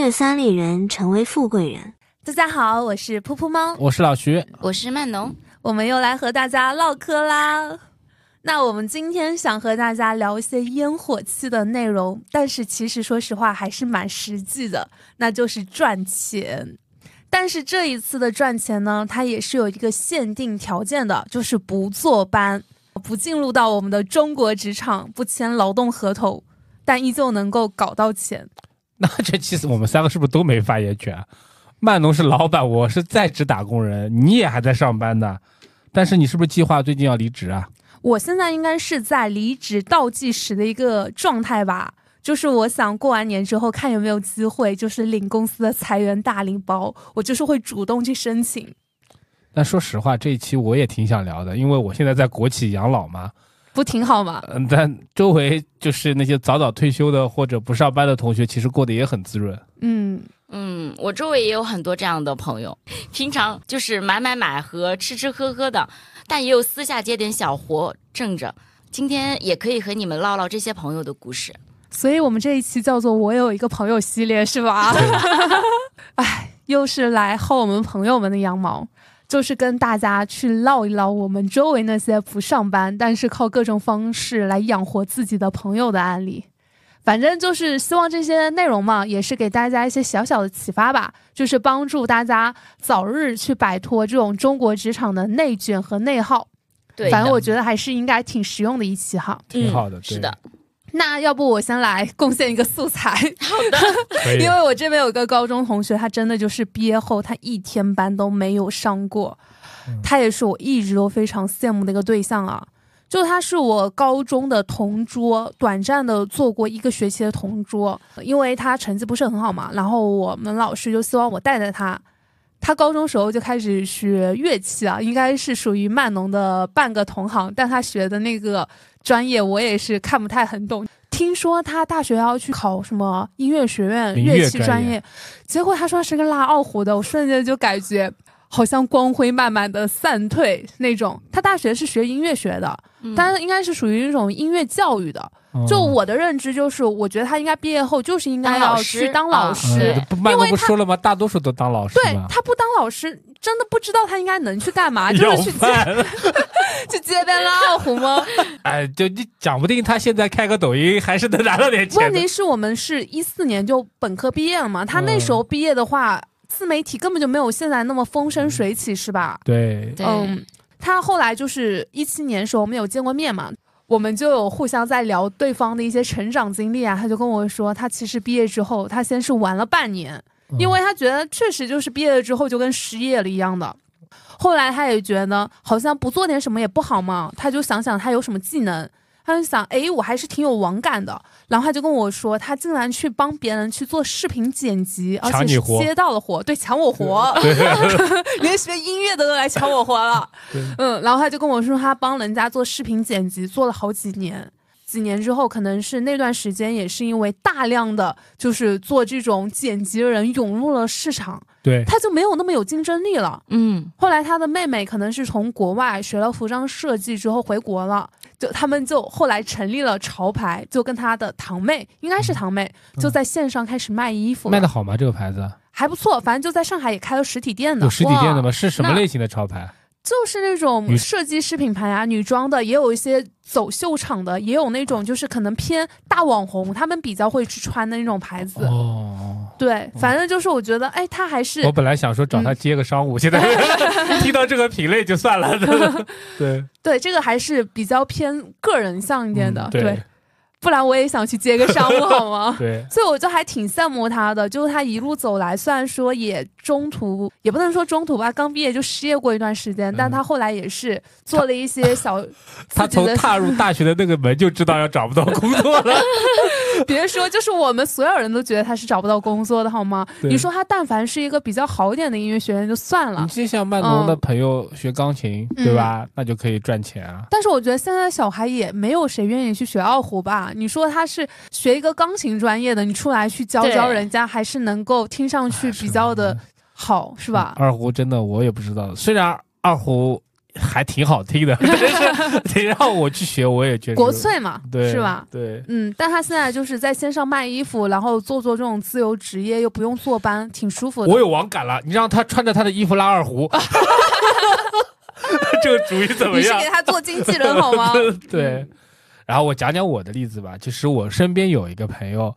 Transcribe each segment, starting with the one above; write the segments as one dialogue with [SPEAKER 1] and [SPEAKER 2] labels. [SPEAKER 1] 越三里人成为富贵人。
[SPEAKER 2] 大家好，我是噗噗猫，
[SPEAKER 3] 我是老徐，
[SPEAKER 4] 我是曼农，
[SPEAKER 2] 我们又来和大家唠嗑啦。那我们今天想和大家聊一些烟火气的内容，但是其实说实话还是蛮实际的，那就是赚钱。但是这一次的赚钱呢，它也是有一个限定条件的，就是不坐班，不进入到我们的中国职场，不签劳动合同，但依旧能够搞到钱。
[SPEAKER 3] 那这其实我们三个是不是都没发言权、啊？曼农是老板，我是在职打工人，你也还在上班呢。但是你是不是计划最近要离职啊？
[SPEAKER 2] 我现在应该是在离职倒计时的一个状态吧，就是我想过完年之后看有没有机会，就是领公司的裁员大礼包，我就是会主动去申请。
[SPEAKER 3] 但说实话，这一期我也挺想聊的，因为我现在在国企养老嘛，
[SPEAKER 2] 不挺好吗？
[SPEAKER 3] 嗯，但周围就是那些早早退休的或者不上班的同学，其实过得也很滋润。
[SPEAKER 2] 嗯。
[SPEAKER 4] 嗯，我周围也有很多这样的朋友，平常就是买买买和吃吃喝喝的，但也有私下接点小活挣着。今天也可以和你们唠唠这些朋友的故事。
[SPEAKER 2] 所以我们这一期叫做“我有一个朋友”系列，是吧？哎又是来薅我们朋友们的羊毛，就是跟大家去唠一唠我们周围那些不上班，但是靠各种方式来养活自己的朋友的案例。反正就是希望这些内容嘛，也是给大家一些小小的启发吧，就是帮助大家早日去摆脱这种中国职场的内卷和内耗。
[SPEAKER 4] 对，
[SPEAKER 2] 反正我觉得还是应该挺实用的一期哈。
[SPEAKER 3] 挺好的，
[SPEAKER 4] 嗯、是的。
[SPEAKER 2] 那要不我先来贡献一个素材，
[SPEAKER 4] 好的，
[SPEAKER 2] 因为我这边有个高中同学，他真的就是毕业后他一天班都没有上过，嗯、他也是我一直都非常羡慕的一个对象啊。就他是我高中的同桌，短暂的做过一个学期的同桌，因为他成绩不是很好嘛，然后我们老师就希望我带带他。他高中时候就开始学乐器啊，应该是属于曼农的半个同行，但他学的那个专业我也是看不太很懂。听说他大学要去考什么音乐学院乐器专业，结果他说是个拉二胡的，我瞬间就感觉。好像光辉慢慢的散退那种。他大学是学音乐学的，嗯、但应该是属于那种音乐教育的。嗯、就我的认知就是，我觉得他应该毕业后就是应该要去当老师，
[SPEAKER 3] 曼哥、嗯、不说了吗？大多数都当老师。
[SPEAKER 2] 对他不当老师，真的不知道他应该能去干 嘛，就是去接去 街边拉二胡吗？
[SPEAKER 3] 哎，就你讲不定他现在开个抖音还是能拿到点钱。
[SPEAKER 2] 问题是我们是一四年就本科毕业了嘛，他那时候毕业的话。自媒体根本就没有现在那么风生水起，是吧？
[SPEAKER 3] 对，
[SPEAKER 2] 嗯，他后来就是一七年时候我们有见过面嘛，我们就有互相在聊对方的一些成长经历啊。他就跟我说，他其实毕业之后，他先是玩了半年，因为他觉得确实就是毕业了之后就跟失业了一样的。后来他也觉得好像不做点什么也不好嘛，他就想想他有什么技能。他就想，哎，我还是挺有网感的。然后他就跟我说，他竟然去帮别人去做视频剪辑，而且是接到了活，对，抢我活， 连学音乐的都来抢我活 了。嗯，然后他就跟我说，他帮人家做视频剪辑做了好几年。几年之后，可能是那段时间也是因为大量的就是做这种剪辑的人涌入了市场，
[SPEAKER 3] 对，
[SPEAKER 2] 他就没有那么有竞争力了。
[SPEAKER 4] 嗯，
[SPEAKER 2] 后来他的妹妹可能是从国外学了服装设计之后回国了，就他们就后来成立了潮牌，就跟他的堂妹，应该是堂妹，嗯、就在线上开始卖衣服、嗯。
[SPEAKER 3] 卖的好吗？这个牌子
[SPEAKER 2] 还不错，反正就在上海也开了实体店的。
[SPEAKER 3] 有实体店的吗？是什么类型的潮牌？
[SPEAKER 2] 就是那种设计师品牌啊，女装的也有一些走秀场的，也有那种就是可能偏大网红，他们比较会去穿的那种牌子。
[SPEAKER 3] 哦，
[SPEAKER 2] 对，反正就是我觉得，哎，他还是
[SPEAKER 3] 我本来想说找他接个商务，嗯、现在 听到这个品类就算了。 对
[SPEAKER 2] 对，这个还是比较偏个人向一点的，
[SPEAKER 3] 嗯、
[SPEAKER 2] 对。对不然我也想去接个商务，好吗？
[SPEAKER 3] 对，
[SPEAKER 2] 所以我就还挺羡慕他的，就是他一路走来，虽然说也中途也不能说中途吧，刚毕业就失业过一段时间，嗯、但他后来也是做了一些小，
[SPEAKER 3] 他从踏入大学的那个门就知道要找不到工 作了。
[SPEAKER 2] 别说，就是我们所有人都觉得他是找不到工作的，好吗？你说他但凡是一个比较好一点的音乐学院就算了，
[SPEAKER 3] 你就像曼农的
[SPEAKER 2] 嗯
[SPEAKER 3] 朋友学钢琴，嗯、对吧？那就可以赚钱啊。
[SPEAKER 2] 但是我觉得现在小孩也没有谁愿意去学二胡吧。你说他是学一个钢琴专业的，你出来去教教人家，还是能够听
[SPEAKER 3] 啊
[SPEAKER 2] 上去比较的好，是吧？
[SPEAKER 3] 嗯二胡真的我也不知道，虽然二胡还挺好听的，但 是得让我去学，我也觉得
[SPEAKER 2] 国粹嘛，
[SPEAKER 3] 嗯对
[SPEAKER 2] 是吧？？
[SPEAKER 3] 对，
[SPEAKER 2] 嗯，但他现在就是在线上卖衣服，然后做做这种自由职业，又不用坐班，挺舒服的。
[SPEAKER 3] 我有网感了，你让他穿着他的衣服拉 二胡，这个主意怎么
[SPEAKER 2] 你是
[SPEAKER 3] 样
[SPEAKER 2] 给？他做经纪人好吗？ 嗯
[SPEAKER 3] 对。然后我讲讲我的例子吧，其实我身边有一个朋友，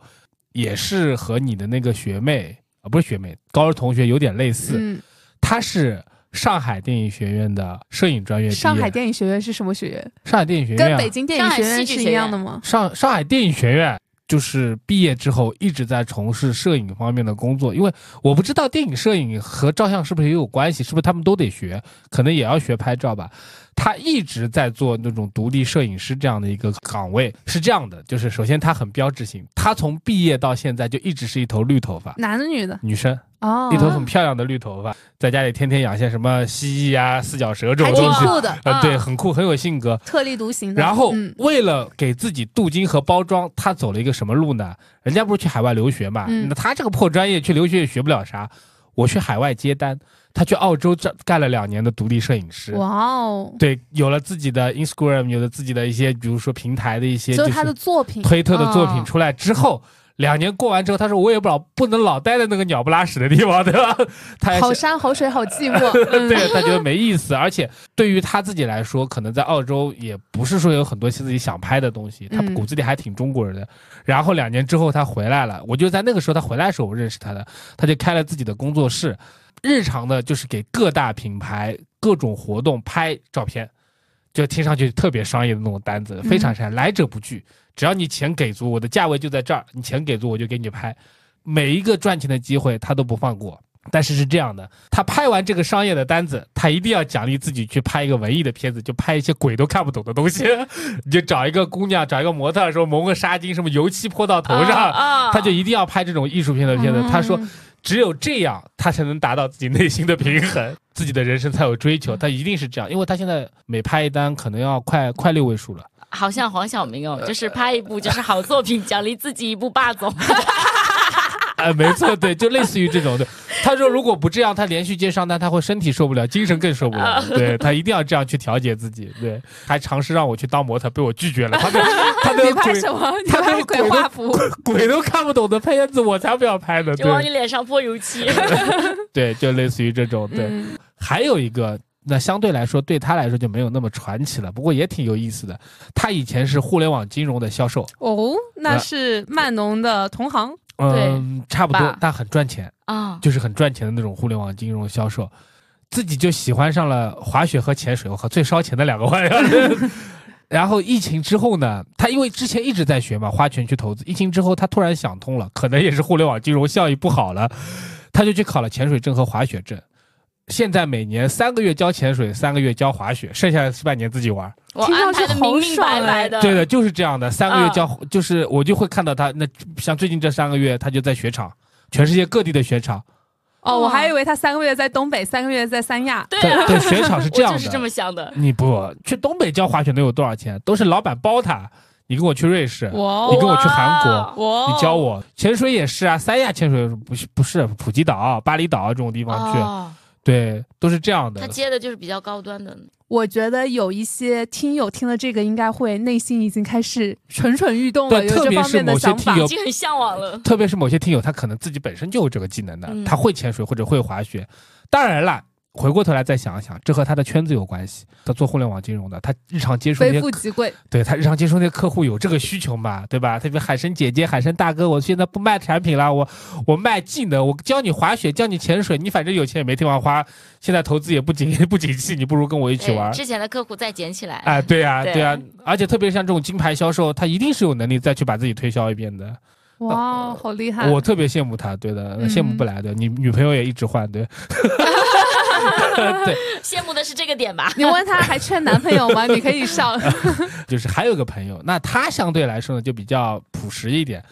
[SPEAKER 3] 也是和你的那个学妹啊，不是学妹，高中同学有点类似，
[SPEAKER 2] 嗯，
[SPEAKER 3] 她是上海电影学院的摄影专业毕业，
[SPEAKER 2] 上海电影学院是什么学院？
[SPEAKER 3] 上海电影学院、
[SPEAKER 2] 跟
[SPEAKER 3] 啊、
[SPEAKER 2] 北京电影学院是一样的吗？
[SPEAKER 3] 上上海电影学院就是毕业之后一直在从事摄影方面的工作，因为我不知道电影摄影和照相是不是也有关系，是不是他们都得学，可能也要学拍照吧。他一直在做那种独立摄影师这样的一个岗位，是这样的，就是首先他很标志性，他从毕业到现在就一直是一头绿头发。
[SPEAKER 2] 男的女的？
[SPEAKER 3] 女生
[SPEAKER 2] 哦，
[SPEAKER 3] 一头很漂亮的绿头发，在家里天天养些什么蜥蜴啊、四脚蛇这
[SPEAKER 2] 还
[SPEAKER 3] 种
[SPEAKER 2] 挺
[SPEAKER 3] 东西，
[SPEAKER 2] 酷的，嗯
[SPEAKER 3] 呃，对，
[SPEAKER 4] 啊
[SPEAKER 3] 很酷，很有性格。
[SPEAKER 2] 特立独行的。
[SPEAKER 3] 然后
[SPEAKER 2] 嗯
[SPEAKER 3] 为了给自己镀金和包装，他走了一个什么路呢？人家不是去海外留学嘛？
[SPEAKER 2] 嗯
[SPEAKER 3] 那他这个破专业去留学也学不了啥。我去海外接单，他去澳洲这干了两年的独立摄影师。
[SPEAKER 2] 哇哦，
[SPEAKER 3] 对，有了自己的 Instagram，有了自己的一些，比如说平台的一些，
[SPEAKER 2] 就
[SPEAKER 3] 就是
[SPEAKER 2] 他的嗯作品，
[SPEAKER 3] 推特的作品
[SPEAKER 4] 哦
[SPEAKER 3] 出来之后，两年过完之后，他说我也不老不能老待在那个鸟不拉屎的地方，对吧？ 他也
[SPEAKER 2] 好
[SPEAKER 3] 想
[SPEAKER 2] 山好水好寂寞。嗯
[SPEAKER 3] 对，他觉得没意思，而且对于他自己来说，可能在澳洲也不是说有很多自己想拍的东西，他
[SPEAKER 2] 嗯
[SPEAKER 3] 骨子里还挺中国人的。然后两年之后他回来了，我就在那个时候他回来的时候我认识他的，他就开了自己的工作室，日常的就是给各大品牌各种活动拍照片，就听上去特别商业的那种单子，非常
[SPEAKER 2] 嗯
[SPEAKER 3] 善，来者不拒，只要你钱给足，我的价位就在这儿，你钱给足我就给你拍，每一个赚钱的机会他都不放过。但是是这样的，他拍完这个商业的单子，他一定要奖励自己去拍一个文艺的片子，就拍一些鬼都看不懂的东西。 你就找一个姑娘，找一个模特的时候蒙个纱巾，什么油漆泼到头上，
[SPEAKER 4] 啊，啊
[SPEAKER 3] 他就一定要拍这种艺术片的片
[SPEAKER 2] 嗯
[SPEAKER 3] 子。他说，只有这样，他才能达到自己内心的平衡，自己的人生才有追求。他一定是这样，因为他现在每拍一单，可能要快快六位数了。
[SPEAKER 4] 好像黄晓明哦，就是拍一部就是好作品，奖励自己一部霸总。
[SPEAKER 3] 哎，没错，对，就类似于这种的。他说，如果不这样，他连续接上单，他会身体受不了，精神更受不了。
[SPEAKER 2] 啊
[SPEAKER 3] 对他一定要这样去调节自己。对，还尝试让我去当模特，被我拒绝 了。他的他
[SPEAKER 2] 你
[SPEAKER 3] 的
[SPEAKER 2] 拍
[SPEAKER 3] 鬼
[SPEAKER 2] 什么？你
[SPEAKER 3] 他那
[SPEAKER 2] 拍
[SPEAKER 3] 个
[SPEAKER 2] 鬼画符？
[SPEAKER 3] 鬼都看不懂的片子，我才不要拍呢。
[SPEAKER 4] 就往
[SPEAKER 3] 对
[SPEAKER 4] 你脸上泼油漆。
[SPEAKER 3] 对，就类似于这种。对，
[SPEAKER 2] 嗯
[SPEAKER 3] 还有一个，那相对来说对他来说就没有那么传奇了，不过也挺有意思的。他以前是互联网金融的销售，
[SPEAKER 2] 哦，
[SPEAKER 3] 啊
[SPEAKER 2] 那是曼农的同行。
[SPEAKER 3] 嗯，差不多
[SPEAKER 4] 吧，
[SPEAKER 3] 但很赚钱，
[SPEAKER 4] 啊，
[SPEAKER 3] 就是很赚钱的那种互联网金融销售。自己就喜欢上了滑雪和潜水，我靠，最烧钱的两个玩意 儿。然后疫情之后呢，他因为之前一直在学嘛，花钱去投资。疫情之后，他突然想通了，可能也是互联网金融效益不好了，他就去考了潜水证和滑雪证。现在每年三个月教潜水，三个月教滑雪，剩下的半年自己玩。
[SPEAKER 4] 我
[SPEAKER 2] 听上
[SPEAKER 4] 安
[SPEAKER 2] 去
[SPEAKER 4] 排的
[SPEAKER 2] 好
[SPEAKER 4] 明明
[SPEAKER 2] 爽
[SPEAKER 4] 白
[SPEAKER 2] 哎
[SPEAKER 4] 白的。
[SPEAKER 3] 对的，就是这样的。三个月
[SPEAKER 4] 啊
[SPEAKER 3] 教，就是我就会看到他，那像最近这三个月，他就在雪场，全世界各地的雪场。
[SPEAKER 2] 哦，
[SPEAKER 4] 哇
[SPEAKER 2] 我还以为他三个月在东北，三个月在三亚。
[SPEAKER 4] 对
[SPEAKER 3] 对
[SPEAKER 4] 啊，
[SPEAKER 3] 对，雪场是这
[SPEAKER 4] 我
[SPEAKER 3] 样
[SPEAKER 4] 就是这
[SPEAKER 3] 的。
[SPEAKER 4] 么想的。
[SPEAKER 3] 你不去东北教滑雪能有多少钱？都是老板包他。你跟我去瑞士，
[SPEAKER 4] 哦
[SPEAKER 2] 哇
[SPEAKER 3] 你跟我去韩国
[SPEAKER 4] 哇
[SPEAKER 2] 哇！哦
[SPEAKER 3] 你
[SPEAKER 4] 哦
[SPEAKER 3] 教我潜水也是啊，三亚潜水不是不是普吉岛、巴厘岛这种地方去，
[SPEAKER 4] 哦，
[SPEAKER 3] 对，都是这样的
[SPEAKER 4] 他。接的就是比较高端的，
[SPEAKER 2] 我觉得有一些听友听了这个，应该会内心已经开始蠢蠢欲动了，
[SPEAKER 3] 对
[SPEAKER 2] 有
[SPEAKER 3] 特
[SPEAKER 2] 这
[SPEAKER 3] 别
[SPEAKER 2] 方
[SPEAKER 3] 是
[SPEAKER 2] 面的
[SPEAKER 3] 某些
[SPEAKER 2] 想
[SPEAKER 3] 听
[SPEAKER 2] 法
[SPEAKER 3] 友。
[SPEAKER 4] 已经很向往了。
[SPEAKER 3] 特别是某些听友，他可能自己本身就有这个技能的，
[SPEAKER 4] 嗯
[SPEAKER 3] 他会潜水或者会滑雪。当然啦，回过头来再想一想，这和他的圈子有关系。他做互联网金融的，他日常接触那
[SPEAKER 2] 非
[SPEAKER 3] 些
[SPEAKER 2] 富即贵，
[SPEAKER 3] 对他日常接触那些客户有这个需求嘛，对吧？特别海参姐姐、海参大哥，我现在不卖产品啦，我我卖技能，我教你滑雪，教你潜水，你反正有钱也没地方花，现在投资也不景 不景气，你不如跟我一起玩
[SPEAKER 4] 哎。之前的客户再捡起来。
[SPEAKER 3] 哎，对呀、
[SPEAKER 4] 对
[SPEAKER 3] 对呀、而且特别像这种金牌销售，他一定是有能力再去把自己推销一遍的。
[SPEAKER 2] 哇，哦好厉害！
[SPEAKER 3] 呃我特别羡慕他，对的，羡慕
[SPEAKER 2] 嗯
[SPEAKER 3] 不来的。你女朋友也一直换，对，对，
[SPEAKER 4] 羡慕的是这个点吧？
[SPEAKER 2] 你问他还缺男朋友 吗？你可以上。
[SPEAKER 3] 就是还有个朋友，那他相对来说呢就比较朴实一点，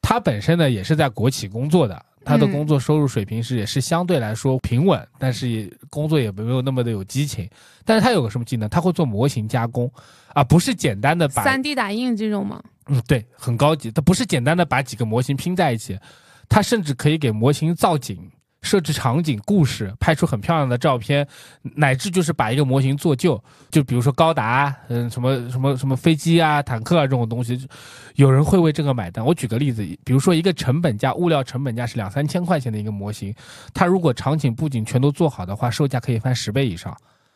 [SPEAKER 3] 他本身呢也是在国企工作的。他的
[SPEAKER 2] 嗯
[SPEAKER 3] 工作收入水平是也是相对来说平稳，但是也工作也没有那么的有激情。但是他有个什么技能？他会做模型加工，啊，不是简单的把
[SPEAKER 2] 三 D 打印这种吗？
[SPEAKER 3] 嗯，对，很高级。它不是简单的把几个模型拼在一起，它甚至可以给模型造景，设置场景、故事，拍出很漂亮的照片，乃至就是把一个模型做旧，就比如说高达，嗯，什么什么什么飞机啊、坦克啊这种东西，有人会为这个买单。我举个例子，比如说一个成本价、物料成本价是两三千块钱的一个模型，它如果场景、布景全都做好的话，售价可以翻十倍以上。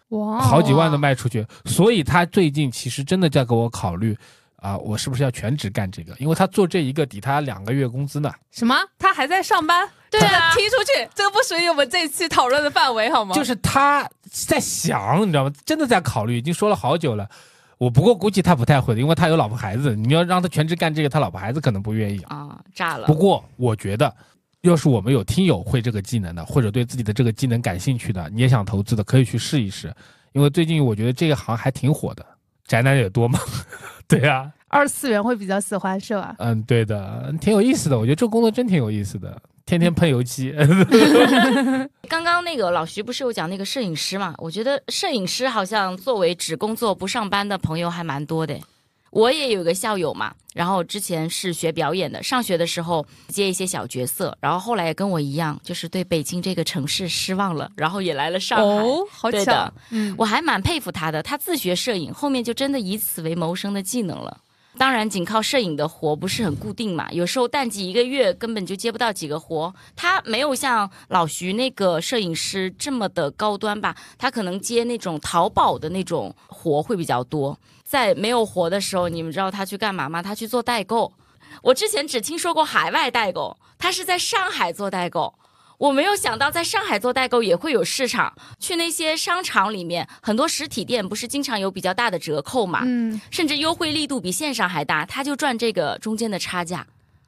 [SPEAKER 2] 哇，哦
[SPEAKER 3] 好几万的卖出去，所以他最近其实真的在给我考虑啊、我是不是要全职干这个？因为他做这一个抵他两个月工资呢。
[SPEAKER 2] 什么？他还在上班？对
[SPEAKER 4] 啊
[SPEAKER 2] 踢出去，这个不属于我们这一期讨论的范围，好吗？
[SPEAKER 3] 就是他在想，你知道吗？真的在考虑，已经说了好久了。我不过估计他不太会的，因为他有老婆孩子。你要让他全职干这个，他老婆孩子可能不愿意啊。
[SPEAKER 4] 啊，炸了
[SPEAKER 3] 不！过我觉得，要是我们有听友会这个技能的，或者对自己的这个技能感兴趣的，你也想投资的，可以去试一试。因为最近我觉得这个行还挺火的，宅男也多嘛。 对啊，
[SPEAKER 2] 二次元会比较喜欢是吧？
[SPEAKER 3] 嗯，对的，挺有意思的。我觉得这工作真挺有意思的，天天喷油漆。
[SPEAKER 4] 嗯 刚刚那个老徐不是有讲那个摄影师嘛？我觉得摄影师好像作为只工作不上班的朋友还蛮多的。我也有一个校友嘛，然后之前是学表演的，上学的时候接一些小角色，然后后来也跟我一样，就是对北京这个城市失望了，然后也来了上海。
[SPEAKER 2] 哦，好
[SPEAKER 4] 对
[SPEAKER 2] 巧
[SPEAKER 4] 的，
[SPEAKER 2] 嗯，
[SPEAKER 4] 我还蛮佩服他的，他自学摄影，后面就真的以此为谋生的技能了。当然，仅靠摄影的活不是很固定嘛，有时候淡季一个月根本就接不到几个活。他没有像老徐那个摄影师这么的高端吧，他可能接那种淘宝的那种活会比较多。在没有活的时候，你们知道他去干嘛吗？他去做代购。我之前只听说过海外代购，他是在上海做代购。我没有想到在上海做代购也会有市场，去那些商场里面，很多实体店不是经常有比较大的折扣嘛，
[SPEAKER 2] 嗯
[SPEAKER 4] 甚至优惠力度比线上还大，他就赚这个中间的差价。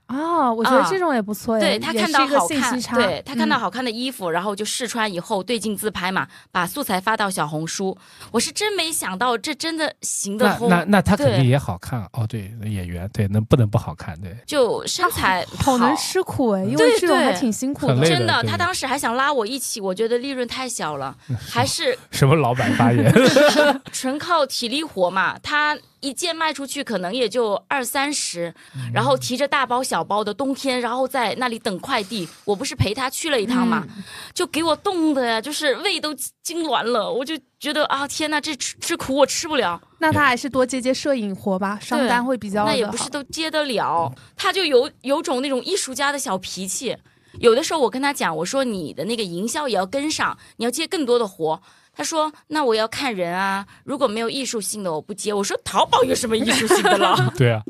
[SPEAKER 2] 啊，我觉得
[SPEAKER 4] 啊
[SPEAKER 2] 这种也不错耶，
[SPEAKER 4] 对他
[SPEAKER 2] 嗯也
[SPEAKER 4] 看
[SPEAKER 2] 是
[SPEAKER 4] 到
[SPEAKER 2] 一个
[SPEAKER 4] 好
[SPEAKER 2] 信
[SPEAKER 4] 看
[SPEAKER 2] 息，差，
[SPEAKER 4] 对他看到
[SPEAKER 2] 嗯
[SPEAKER 4] 好看的衣服，然后就试穿以后对镜自拍嘛，把素材发到小红书。我是真没想到这真的行得
[SPEAKER 3] 那那
[SPEAKER 4] 通，
[SPEAKER 3] 那他肯
[SPEAKER 4] 对
[SPEAKER 3] 定也好看哦，对，演员对，能不能不好看？对，
[SPEAKER 4] 就身材
[SPEAKER 2] 好能吃苦哎，因为
[SPEAKER 4] 对
[SPEAKER 2] 这种还
[SPEAKER 4] 对
[SPEAKER 2] 挺辛苦
[SPEAKER 3] 很累
[SPEAKER 2] 的。
[SPEAKER 4] 真的，
[SPEAKER 3] 对
[SPEAKER 4] 他当时还想拉我一起，我觉得利润太小了，还是
[SPEAKER 3] 什么老板发 言？
[SPEAKER 4] 纯靠体力活嘛，他一件卖出去可能也就二三十，然后提着大包小包的，冬天然后在那里等快递，我不是陪他去了一
[SPEAKER 2] 嗯
[SPEAKER 4] 趟嘛，就给我冻的呀，就是胃都痉挛了，我就觉得啊天呐，这吃这苦我吃不了，
[SPEAKER 2] 那他还是多接接摄影活吧，上
[SPEAKER 4] 对
[SPEAKER 2] 单会比较
[SPEAKER 4] 那也
[SPEAKER 2] 的
[SPEAKER 4] 不是
[SPEAKER 2] 好嗯
[SPEAKER 4] 都接得了，他就有有种那种艺术家的小脾气，有的时候我跟他讲，我说你的那个营销也要跟上，你要接更多的活。他说：“那我要看人啊，如果没有艺术性的我不接。”我说：“淘宝有什么艺术性的了
[SPEAKER 3] 对啊，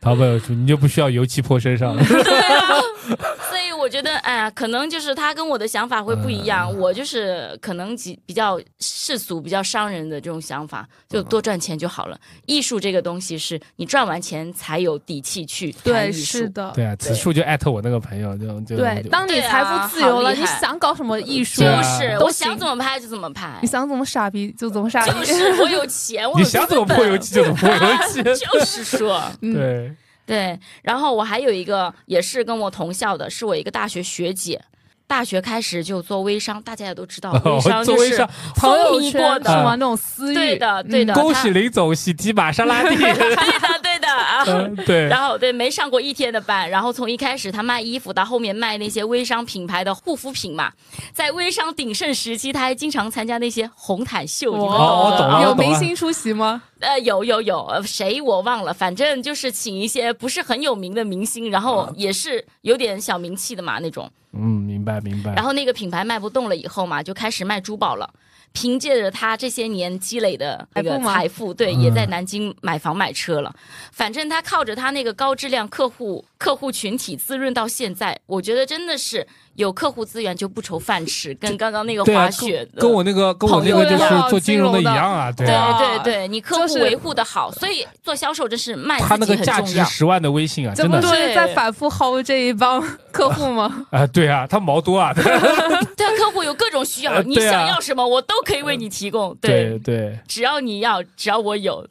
[SPEAKER 3] 淘宝有说你就不需要油漆泼身上了。？”
[SPEAKER 2] 啊
[SPEAKER 4] 所以我觉得，哎、呀，可能就是他跟我的想法会不一样。
[SPEAKER 2] 嗯
[SPEAKER 4] 我就是可能比比较世俗、比较伤人的这种想法，就
[SPEAKER 2] 嗯
[SPEAKER 4] 多赚钱就好了。艺术这个东西是你赚完钱才有底气去谈
[SPEAKER 2] 对，
[SPEAKER 4] 艺
[SPEAKER 2] 是
[SPEAKER 4] 术。
[SPEAKER 2] 的，
[SPEAKER 3] 对啊，此处就艾特我那个朋友，就就
[SPEAKER 2] 对，
[SPEAKER 3] 就
[SPEAKER 2] 当你
[SPEAKER 4] 对
[SPEAKER 2] 财
[SPEAKER 4] 啊
[SPEAKER 2] 富自由
[SPEAKER 4] 好
[SPEAKER 2] 了，
[SPEAKER 4] 厉
[SPEAKER 2] 你
[SPEAKER 4] 害
[SPEAKER 2] 想搞什么艺术
[SPEAKER 4] 就
[SPEAKER 3] 对，啊
[SPEAKER 4] 是
[SPEAKER 2] 都
[SPEAKER 4] 我想
[SPEAKER 2] 行
[SPEAKER 4] 怎么拍就怎么拍
[SPEAKER 2] 你，想怎么傻逼就怎么傻逼。
[SPEAKER 4] 就是我有钱，我
[SPEAKER 3] 你
[SPEAKER 4] 有
[SPEAKER 3] 想
[SPEAKER 4] 资
[SPEAKER 3] 怎么泼
[SPEAKER 4] 本
[SPEAKER 3] 油漆就怎么泼油漆。
[SPEAKER 4] 就是说，
[SPEAKER 2] 嗯
[SPEAKER 3] 对，
[SPEAKER 4] 对，然后我还有一个也是跟我同校的，是我一个大学学姐。大学开始就做微商，大家也都知道，微商
[SPEAKER 3] 作
[SPEAKER 4] 就
[SPEAKER 3] 为
[SPEAKER 4] 是
[SPEAKER 3] 上
[SPEAKER 2] 朋
[SPEAKER 4] 风
[SPEAKER 2] 友
[SPEAKER 4] 靡
[SPEAKER 2] 圈
[SPEAKER 4] 过
[SPEAKER 2] 是吗？
[SPEAKER 3] 啊
[SPEAKER 2] 那种私欲，
[SPEAKER 4] 对的对
[SPEAKER 2] 嗯
[SPEAKER 4] 的
[SPEAKER 3] 恭喜林总喜提玛莎拉 蒂。
[SPEAKER 4] 对的对的啊。
[SPEAKER 3] 嗯对，
[SPEAKER 4] 然后对，没上过一天的班，然后从一开始他卖衣服，到后面卖那些微商品牌的护肤品嘛，在微商鼎盛时期，他还经常参加那些红毯秀，你们
[SPEAKER 3] 哇哦
[SPEAKER 4] 懂
[SPEAKER 3] 我
[SPEAKER 4] 的
[SPEAKER 3] 懂了
[SPEAKER 2] 有
[SPEAKER 3] 我懂
[SPEAKER 2] 明
[SPEAKER 3] 了
[SPEAKER 2] 星出席吗？
[SPEAKER 4] 呃，有有有，呃谁我忘了，反正就是请一些不是很有名的明星，然后也是有点小名气的嘛那种。
[SPEAKER 3] 嗯，明白明白
[SPEAKER 4] 然。后那个品牌卖不动了以后嘛，就开始卖珠宝了。凭借着他这些年积累的那个
[SPEAKER 2] 财富吗
[SPEAKER 4] 财富，对，
[SPEAKER 3] 嗯
[SPEAKER 4] 也在南京买房买车了。反正他靠着他那个高质量客户客户群体滋润到现在，我觉得真的是有客户资源就不愁饭吃，跟刚刚那个
[SPEAKER 3] 对啊
[SPEAKER 4] 滑雪的、
[SPEAKER 3] 跟跟我那个跟我那个
[SPEAKER 2] 朋
[SPEAKER 3] 就
[SPEAKER 2] 友要
[SPEAKER 3] 是做金融的一
[SPEAKER 2] 金融的
[SPEAKER 3] 样啊，对
[SPEAKER 4] 对
[SPEAKER 3] 啊。
[SPEAKER 4] 对对，你客
[SPEAKER 2] 就
[SPEAKER 4] 户
[SPEAKER 2] 是
[SPEAKER 4] 维护的好，所以做销售真是卖
[SPEAKER 3] 他
[SPEAKER 4] 自
[SPEAKER 3] 那
[SPEAKER 4] 己
[SPEAKER 3] 个
[SPEAKER 4] 很
[SPEAKER 3] 价
[SPEAKER 4] 重
[SPEAKER 3] 值
[SPEAKER 4] 要。
[SPEAKER 3] 十万的微信啊，
[SPEAKER 2] 这
[SPEAKER 3] 真
[SPEAKER 2] 不
[SPEAKER 3] 的啊、
[SPEAKER 2] 是在反复薅这一帮客户吗？
[SPEAKER 3] 对啊，他毛多啊，
[SPEAKER 4] 对啊，客户有各种需要，
[SPEAKER 3] 呃
[SPEAKER 4] 你
[SPEAKER 3] 对啊呃
[SPEAKER 4] 想要什么，我都可以为你提供。
[SPEAKER 3] 对对，
[SPEAKER 4] 只要你要，只要我有。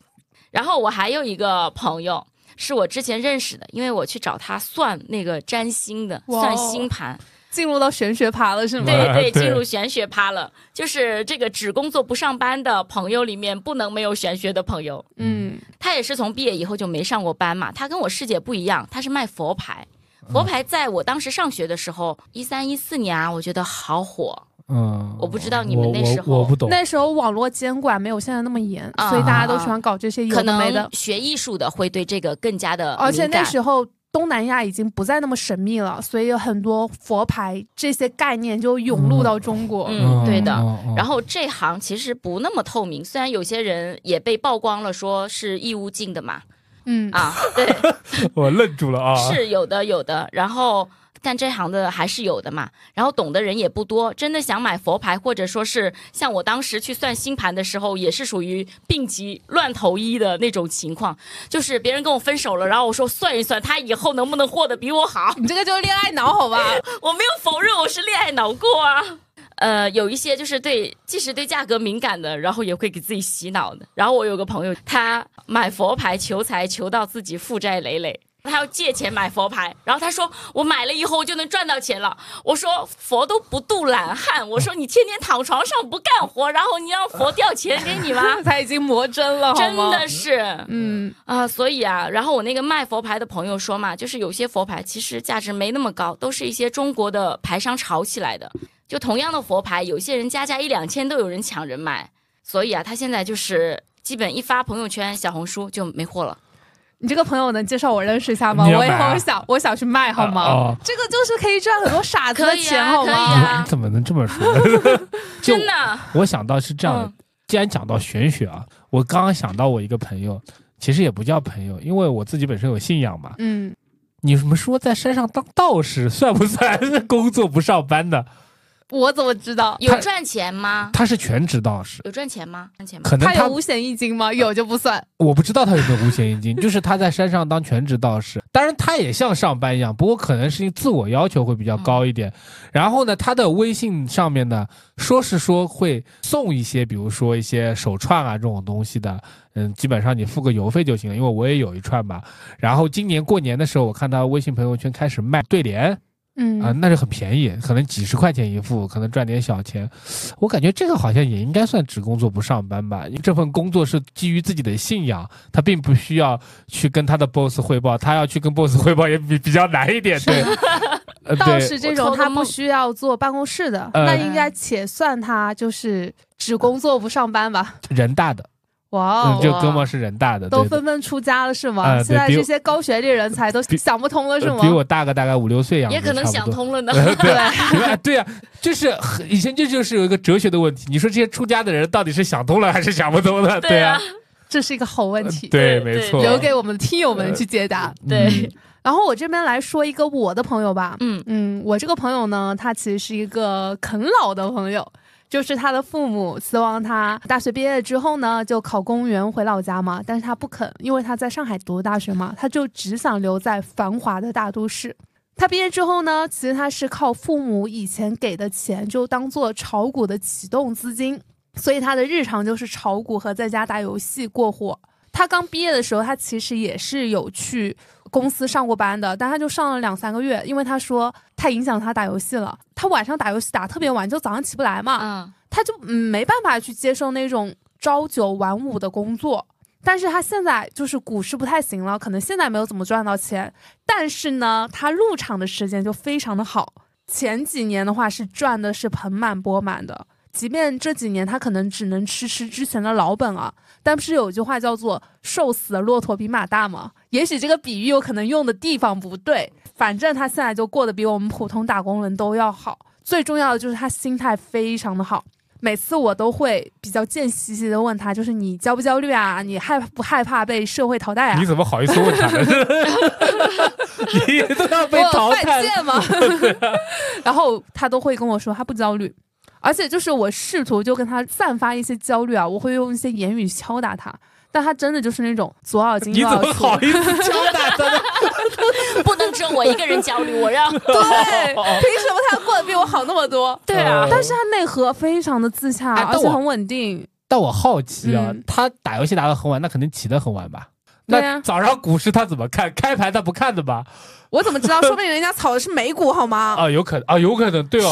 [SPEAKER 4] 然后我还有一个朋友，是我之前认识的，因为我去找他算那个占星的，
[SPEAKER 2] 哇哦
[SPEAKER 4] 算星 盘，
[SPEAKER 2] 进入到玄学趴了是吗？
[SPEAKER 3] 哇
[SPEAKER 4] 对对，
[SPEAKER 3] 啊对
[SPEAKER 4] 进入玄学趴了。就是这个只工作不上班的朋友里面，不能没有玄学的朋友。
[SPEAKER 2] 嗯，
[SPEAKER 4] 他也是从毕业以后就没上过班嘛，他跟我师姐不一样，他是卖佛牌。佛牌在我当时上学的时候，一三一四年啊，我觉得好火。
[SPEAKER 3] 嗯，
[SPEAKER 4] 我不知道你们那时候
[SPEAKER 3] 我我我不懂，
[SPEAKER 2] 那时候网络监管没有现在那么严，
[SPEAKER 4] 啊
[SPEAKER 2] 所以大家都喜欢搞这些有
[SPEAKER 4] 可
[SPEAKER 2] 的没
[SPEAKER 4] 能
[SPEAKER 2] 的。哦
[SPEAKER 4] 学艺术的会对这个更加的
[SPEAKER 2] 而且
[SPEAKER 4] 敏感
[SPEAKER 2] 那时候东南亚已经不再那么神秘了，所以有很多佛牌这些概念就涌入到中国。
[SPEAKER 4] 嗯对的
[SPEAKER 3] 嗯嗯
[SPEAKER 4] 然后这行其实不那么透明，虽然有些人也被曝光了，说是义乌进的嘛，
[SPEAKER 2] 嗯
[SPEAKER 4] 啊，对，
[SPEAKER 3] 我愣住了啊，
[SPEAKER 4] 是有的有的。然后干这行的还是有的嘛，然后懂的人也不多，真的想买佛牌，或者说是像我当时去算星盘的时候，也是属于病急乱投医的那种情况，就是别人跟我分手了，然后我说算一算，他以后能不能过得比我好。
[SPEAKER 2] 你这个就是恋爱脑，好 吧？？”
[SPEAKER 4] 我没有否认我是恋爱脑过啊。呃，有一些就是对，即使对价格敏感的，然后也会给自己洗脑的。然后我有个朋友，他买佛牌求财，求到自己负债累累，他要借钱买佛牌。然后他说：“我买了以后我就能赚到钱了。”我说：“佛都不渡懒汉。”我说：“你天天躺床上不干活，然后你让佛掉钱给你吗
[SPEAKER 2] 他已经磨真 了，好
[SPEAKER 4] 真
[SPEAKER 2] 吗？
[SPEAKER 4] 的是，
[SPEAKER 2] 嗯，
[SPEAKER 4] 啊、所以啊，然后我那个卖佛牌的朋友说嘛，就是有些佛牌其实价值没那么高，都是一些中国的牌商炒起来的。就同样的佛牌，有些人加价一两千都有人抢人买，所以啊，他现在就是基本一发朋友圈、小红书就没货了。
[SPEAKER 2] 你这个朋友能介绍我认识一下吗？
[SPEAKER 3] 你要
[SPEAKER 2] 我以
[SPEAKER 3] 买啊
[SPEAKER 2] 后想我想去卖，好吗？
[SPEAKER 3] 啊哦
[SPEAKER 2] 这个就是可以赚很多傻子
[SPEAKER 4] 可
[SPEAKER 2] 的
[SPEAKER 4] 以啊
[SPEAKER 2] 钱，好吗？
[SPEAKER 4] 可以啊
[SPEAKER 3] 你怎么能这么说呢？ 就
[SPEAKER 4] 真的，
[SPEAKER 3] 我想到是这样的
[SPEAKER 4] 嗯，
[SPEAKER 3] 既然讲到玄学啊，我刚刚想到我一个朋友，其实也不叫朋友，因为我自己本身有信仰嘛。
[SPEAKER 2] 嗯，
[SPEAKER 3] 你们说在山上当道士算不算 工作不上班的？
[SPEAKER 2] 我怎么知道？
[SPEAKER 4] 有赚钱吗？
[SPEAKER 3] 他是全职道士，
[SPEAKER 4] 有赚钱吗？赚钱吗？
[SPEAKER 3] 可能
[SPEAKER 2] 他
[SPEAKER 3] 他
[SPEAKER 2] 有五险一金吗？有就不算。
[SPEAKER 3] 我不知道他有没有五险一金， 就是他在山上当全职道士，当然他也像上班一样，不过可能是自我要求会比较高一点。然后呢，他的微信上面呢，说是说会送一些，比如说一些手串啊这种东西的，嗯，基本上你付个邮费就行了，因为我也有一串嘛。然后今年过年的时候，我看他微信朋友圈开始卖对联
[SPEAKER 2] 嗯
[SPEAKER 3] 啊、那就很便宜，可能几十块钱一副，可能赚点小钱。我感觉这个好像也应该算只工作不上班吧，因为这份工作是基于自己的信仰，他并不需要去跟他的 boss 汇报，他要去跟 boss 汇报也比比较难一点，对，呃
[SPEAKER 2] 道
[SPEAKER 3] 对。
[SPEAKER 2] 士这
[SPEAKER 4] 我
[SPEAKER 2] 种
[SPEAKER 4] 托个
[SPEAKER 2] 他不
[SPEAKER 4] 梦
[SPEAKER 2] 需要坐办公室的，
[SPEAKER 3] 呃
[SPEAKER 2] 那应该且算他就是只工作不上班吧？
[SPEAKER 3] 人大的，
[SPEAKER 2] 哇
[SPEAKER 3] 嗯，
[SPEAKER 2] 哦，
[SPEAKER 3] 这哥们儿是人大的，
[SPEAKER 2] 都
[SPEAKER 3] 对的
[SPEAKER 2] 纷纷出家了是吗？
[SPEAKER 3] 呃对
[SPEAKER 2] 现在
[SPEAKER 3] 比
[SPEAKER 2] 这
[SPEAKER 3] 我
[SPEAKER 2] 些高学历人才都
[SPEAKER 3] 比
[SPEAKER 2] 想不通了是
[SPEAKER 3] 呃
[SPEAKER 2] 吗？
[SPEAKER 3] 比我大个大概五六岁样子，
[SPEAKER 4] 也可能
[SPEAKER 3] 差
[SPEAKER 4] 想
[SPEAKER 3] 不多。
[SPEAKER 4] 通了呢。
[SPEAKER 3] 对 啊，对啊，就是很以前这就是有一个哲学的问题，你说这些出家的人到底是想通了还是想不通呢？
[SPEAKER 4] 对
[SPEAKER 3] 啊
[SPEAKER 4] 啊，
[SPEAKER 2] 这是一个好问题，
[SPEAKER 3] 呃对，呃
[SPEAKER 4] 对
[SPEAKER 3] 没
[SPEAKER 4] 对
[SPEAKER 3] 错，
[SPEAKER 2] 留给我们的听友们去解答。
[SPEAKER 4] 对，
[SPEAKER 2] 然后我这边来说一个我的朋友吧，
[SPEAKER 4] 嗯
[SPEAKER 2] 嗯，我这个朋友呢，他其实是一个啃老的朋友，就是他的父母希望他大学毕业之后呢，就考公务员回老家嘛，但是他不肯，因为他在上海读大学嘛，他就只想留在繁华的大都市。他毕业之后呢，其实他是靠父母以前给的钱，就当做炒股的启动资金，所以他的日常就是炒股和在家打游戏过活。他刚毕业的时候，他其实也是有去公司上过班的，但他就上了两三个月，因为他说太影响他打游戏了。他晚上打游戏打特别晚，就早上起不来嘛，
[SPEAKER 4] 嗯，
[SPEAKER 2] 他就嗯没办法去接受那种朝九晚五的工作。但是他现在就是股市不太行了，可能现在没有怎么赚到钱，但是呢，他入场的时间就非常的好。前几年的话是赚的是盆满钵满的，即便这几年他可能只能吃吃之前的老本啊，但不是有句话叫做“瘦死的骆驼比马大”吗？也许这个比喻有可能用的地方不对，反正他现在就过得比我们普通打工人都要好。最重要的就是他心态非常的好。每次我都会比较贱兮兮的问他，就是你焦不焦虑啊？你害不害怕被社会淘汰啊
[SPEAKER 3] 你？怎么好意思问他 呢？你都要被淘
[SPEAKER 2] 我
[SPEAKER 3] 汰
[SPEAKER 2] 犯
[SPEAKER 3] 了，
[SPEAKER 2] 贱吗？ 然后他都会跟我说他不焦虑，而且就是我试图就跟他散发一些焦虑啊，我会用一些言语敲打他，但他真的就是那种左耳进
[SPEAKER 3] 你
[SPEAKER 2] 右
[SPEAKER 3] 怎
[SPEAKER 2] 耳
[SPEAKER 3] 么
[SPEAKER 2] 出。
[SPEAKER 3] 好意思敲打他 呢？
[SPEAKER 4] 不能只有我一个人焦虑，我让
[SPEAKER 2] 对，凭什么他过得比我好那么 多？
[SPEAKER 4] 对
[SPEAKER 3] 哦
[SPEAKER 4] 啊，
[SPEAKER 2] 但是他内核非常的自洽，
[SPEAKER 3] 哎
[SPEAKER 2] 而
[SPEAKER 3] 但
[SPEAKER 2] 且
[SPEAKER 3] 我
[SPEAKER 2] 很稳定。
[SPEAKER 3] 但我好奇啊
[SPEAKER 2] 嗯，
[SPEAKER 3] 他打游戏打得很晚，那肯定起得很晚吧？
[SPEAKER 2] 对啊
[SPEAKER 3] 那早上股市他怎么看？开盘他不看的吧？
[SPEAKER 2] 我怎么 知道？说不定人家炒的是美股，好吗？
[SPEAKER 3] 啊，有可能啊，有可能，对哦，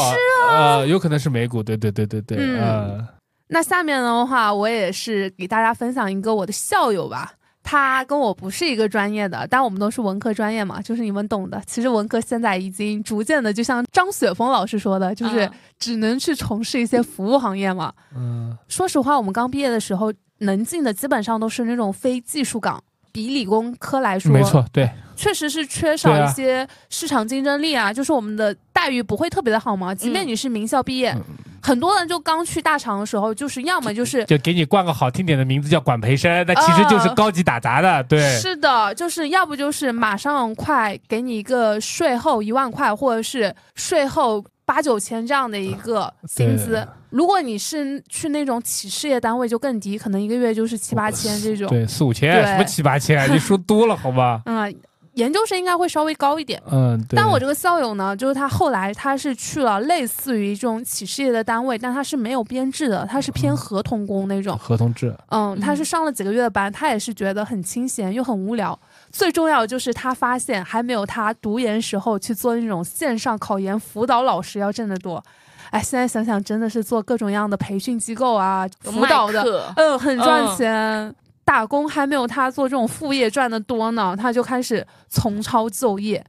[SPEAKER 3] 啊，有可能是美股，对对对对对，
[SPEAKER 2] 嗯
[SPEAKER 3] 呃
[SPEAKER 2] 那下面的话，我也是给大家分享一个我的校友吧。他跟我不是一个专业的，但我们都是文科专业嘛，就是你们懂的。其实文科现在已经逐渐的，就像张雪峰老师说的，就是
[SPEAKER 4] 嗯
[SPEAKER 2] 只能去从事一些服务行业嘛。
[SPEAKER 3] 嗯，
[SPEAKER 2] 说实话，我们刚毕业的时候，能进的基本上都是那种非技术岗。比理工科来说，
[SPEAKER 3] 没错，对，
[SPEAKER 2] 确实是缺少
[SPEAKER 3] 对啊
[SPEAKER 2] 一些市场竞争力啊，就是我们的待遇不会特别的好嘛。即便你是名校毕业，
[SPEAKER 3] 嗯
[SPEAKER 2] 很多人就刚去大厂的时候，就是要么就是。
[SPEAKER 3] 就给你冠个好听点的名字叫管培生，那其实就是高级打杂的，对，
[SPEAKER 2] 啊是的，就是要不就是马上快给你一个税后一万块，或者是税后八九千这样的一个薪资
[SPEAKER 3] 啊对。
[SPEAKER 2] 如果你是去那种企事业单位，就更低，可能一个月就是七八千这种。
[SPEAKER 3] 对，四五千，
[SPEAKER 2] 对
[SPEAKER 3] 什么七八千，你说多了 好吧？
[SPEAKER 2] 嗯，研究生应该会稍微高一点。
[SPEAKER 3] 嗯，对。
[SPEAKER 2] 但我这个校友呢，就是他后来他是去了类似于这种企事业的单位，但他是没有编制的，他是偏
[SPEAKER 3] 嗯
[SPEAKER 2] 合同工那种。
[SPEAKER 3] 合同制，
[SPEAKER 2] 嗯，
[SPEAKER 4] 嗯
[SPEAKER 2] 他是上了几个月的班，他也是觉得很清闲又很无聊。最重要的就是他发现还没有他读研时候去做那种线上考研辅导老师要挣得多。哎，现在想想真的是做各种样的培训机构啊，辅导的，
[SPEAKER 4] 的
[SPEAKER 2] 嗯，很赚
[SPEAKER 4] 嗯
[SPEAKER 2] 钱。打工还没有他做这种副业赚的多呢，他就开始重操旧业。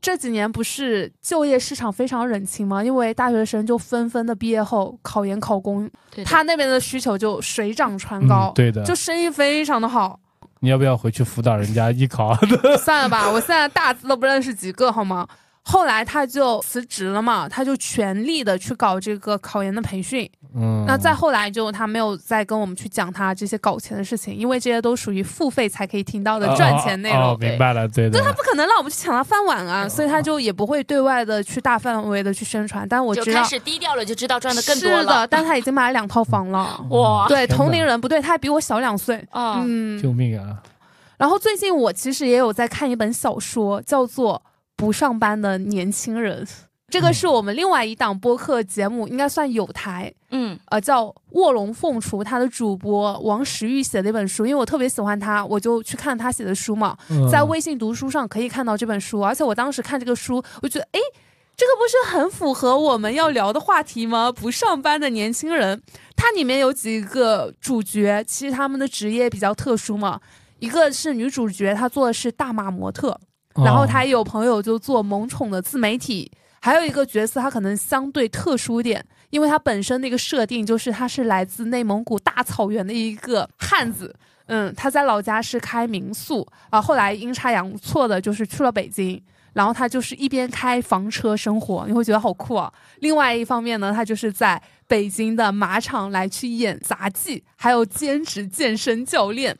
[SPEAKER 2] 这几年不是就业市场非常冷清吗？因为大学生就纷纷的毕业后考研考公，
[SPEAKER 4] 对的
[SPEAKER 2] 他那边的需求就水涨船
[SPEAKER 3] 嗯
[SPEAKER 2] 高，
[SPEAKER 3] 对的。
[SPEAKER 2] 就生意非常的好。
[SPEAKER 3] 你要不要回去辅导人家艺考？
[SPEAKER 2] 算了吧，我现在大字都不认识几个，好吗？后来他就辞职了嘛，他就全力的去搞这个考研的培训。
[SPEAKER 3] 嗯，
[SPEAKER 2] 那再后来就他没有再跟我们去讲他这些搞钱的事情，因为这些都属于付费才可以听到的赚钱内容，
[SPEAKER 3] 哦哦哦明白了，对的。
[SPEAKER 2] 不可能让我们去抢他饭碗啊，所以他就也不会对外的去大范围的去宣传。但我
[SPEAKER 4] 就
[SPEAKER 2] 知
[SPEAKER 4] 开
[SPEAKER 2] 道
[SPEAKER 4] 始低调了，就知道赚的更多
[SPEAKER 2] 是的，
[SPEAKER 4] 了。
[SPEAKER 2] 但他已经买了两套房了。
[SPEAKER 4] 哇，
[SPEAKER 2] 对，
[SPEAKER 3] 嗯天
[SPEAKER 2] 同
[SPEAKER 3] 哪
[SPEAKER 2] 龄人不对，他还比我小两岁。
[SPEAKER 4] 嗯，
[SPEAKER 2] 嗯，
[SPEAKER 3] 救命啊！
[SPEAKER 2] 然后最近我其实也有在看一本小说，叫做《不上班的年轻人》，这个是我们另外一档播客节目，应该算有台，
[SPEAKER 4] 嗯
[SPEAKER 2] 呃，叫《卧龙凤雏》，他的主播王石玉写的一本书，因为我特别喜欢他，我就去看他写的书嘛，
[SPEAKER 3] 嗯
[SPEAKER 2] 在微信读书上可以看到这本书，而且我当时看这个书，我觉得诶，这个不是很符合我们要聊的话题吗？不上班的年轻人，它里面有几个主角，其实他们的职业比较特殊嘛。一个是女主角，她做的是大码模特，然
[SPEAKER 3] 哦
[SPEAKER 2] 后她也有朋友就做萌宠的自媒体，还有一个角色她可能相对特殊一点，因为她本身那个设定就是她是来自内蒙古大草原的一个汉子，嗯，她在老家是开民宿啊，后来阴差阳错的就是去了北京。然后她就是一边开房车生活，你会觉得好酷啊。另外一方面呢，她就是在北京的马场来去演杂技，还有兼职健身教练。